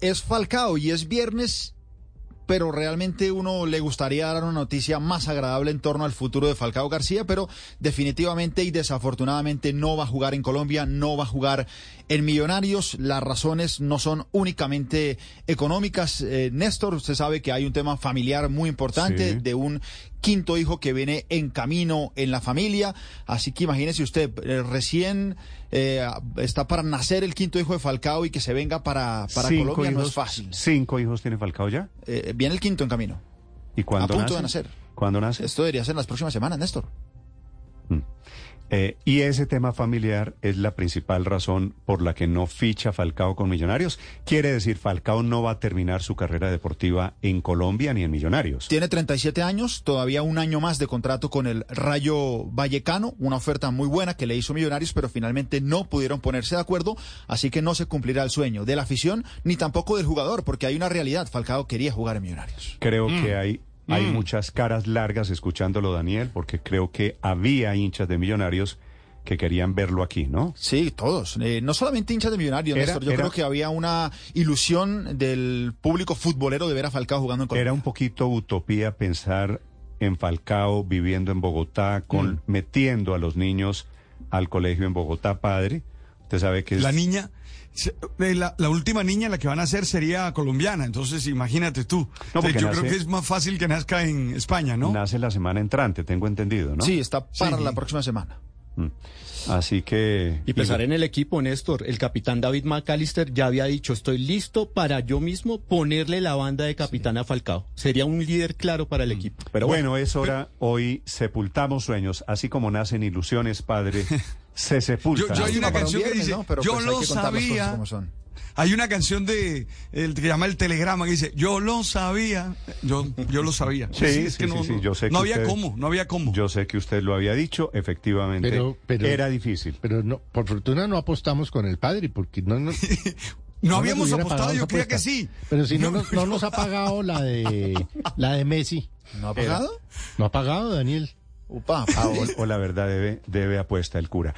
es Falcao y es viernes, pero realmente uno le gustaría dar una noticia más agradable en torno al futuro de Falcao García, pero definitivamente y desafortunadamente no va a jugar en Colombia, no va a jugar en Millonarios. Las razones no son únicamente económicas. Eh, Néstor, usted sabe que hay un tema familiar muy importante Sí. de un quinto hijo que viene en camino en la familia. Así que imagínese usted, eh, recién eh, está para nacer el quinto hijo de Falcao y que se venga para, para Cinco Colombia no hijos- es fácil. ¿Cinco hijos tiene Falcao ya? Eh, viene el quinto en camino. ¿Y cuándo punto de nace? nacer. ¿Cuándo nace? Esto debería ser en las próximas semanas, Néstor. Eh, y ese tema familiar es la principal razón por la que no ficha Falcao con Millonarios. Quiere decir, Falcao no va a terminar su carrera deportiva en Colombia ni en Millonarios. Tiene 37 años, todavía un año más de contrato con el Rayo Vallecano, una oferta muy buena que le hizo Millonarios, pero finalmente no pudieron ponerse de acuerdo, así que no se cumplirá el sueño de la afición ni tampoco del jugador, porque hay una realidad, Falcao quería jugar en Millonarios. Creo que hay, hay muchas caras largas escuchándolo, Daniel, porque creo que había hinchas de Millonarios que querían verlo aquí, ¿no? Sí, todos. Eh, no solamente hinchas de Millonarios, Era- Néstor. Yo era- creo que había una ilusión del público futbolero de ver a Falcao jugando en Colombia. Era un poquito utopía pensar en Falcao viviendo en Bogotá, con, metiendo a los niños al colegio en Bogotá, padre. Usted sabe que es... La niña, se- eh, la, la última niña la que van a hacer sería colombiana, entonces imagínate tú. No, porque Eh, yo nace- creo que es más fácil que nazca en España, ¿no? Nace la semana entrante, tengo entendido, ¿no? Sí, está para Sí. la próxima semana. Así que... Y pensar en el equipo, Néstor. El capitán David McAllister ya había dicho, estoy listo para yo mismo ponerle la banda de capitán a Falcao. Sería un líder claro para el equipo. Pero bueno, bueno, es hora, hoy sepultamos sueños, así como nacen ilusiones, padre, se sepultan. Yo- yo hay una Ah, Para un canción que viernes, dice, ¿no? Pero "Yo pues hay lo que contar las cosas sabía". como son. Hay una canción de el que llama el telegrama que dice yo lo sabía, yo, yo lo sabía. Sí, Así es sí, sí, no, sí, no- yo sé no que había usted- cómo, no había cómo. Yo sé que usted lo había dicho, efectivamente, Pero- pero- era difícil. Pero no, por fortuna no apostamos con el padre, porque no, no, no, nos habíamos hubiera apostado, pagado yo esa creía que apuesta. sí. Pero si no, nos, no nos ha pagado la de la de Messi. ¿No ha pagado? No ha pagado, Daniel. Upa, Ah, o, o la verdad debe, debe apuesta el cura.